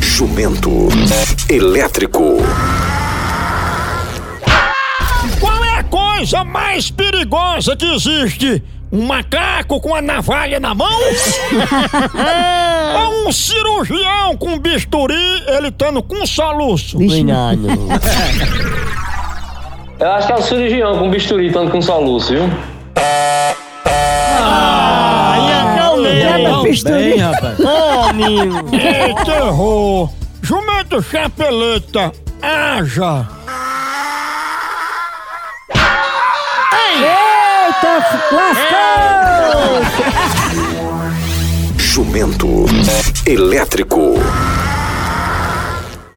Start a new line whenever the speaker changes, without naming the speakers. Jumento elétrico.
Qual é a coisa mais perigosa que existe? Um macaco com a navalha na mão? Ou um cirurgião com bisturi, ele tando com um soluço?
Eu acho que é o cirurgião com bisturi, tanto com soluço, viu?
Cada bisturi.
Eita, errou! Jumento Chapeleta, haja!
Eita, f- lascou!
Jumento elétrico.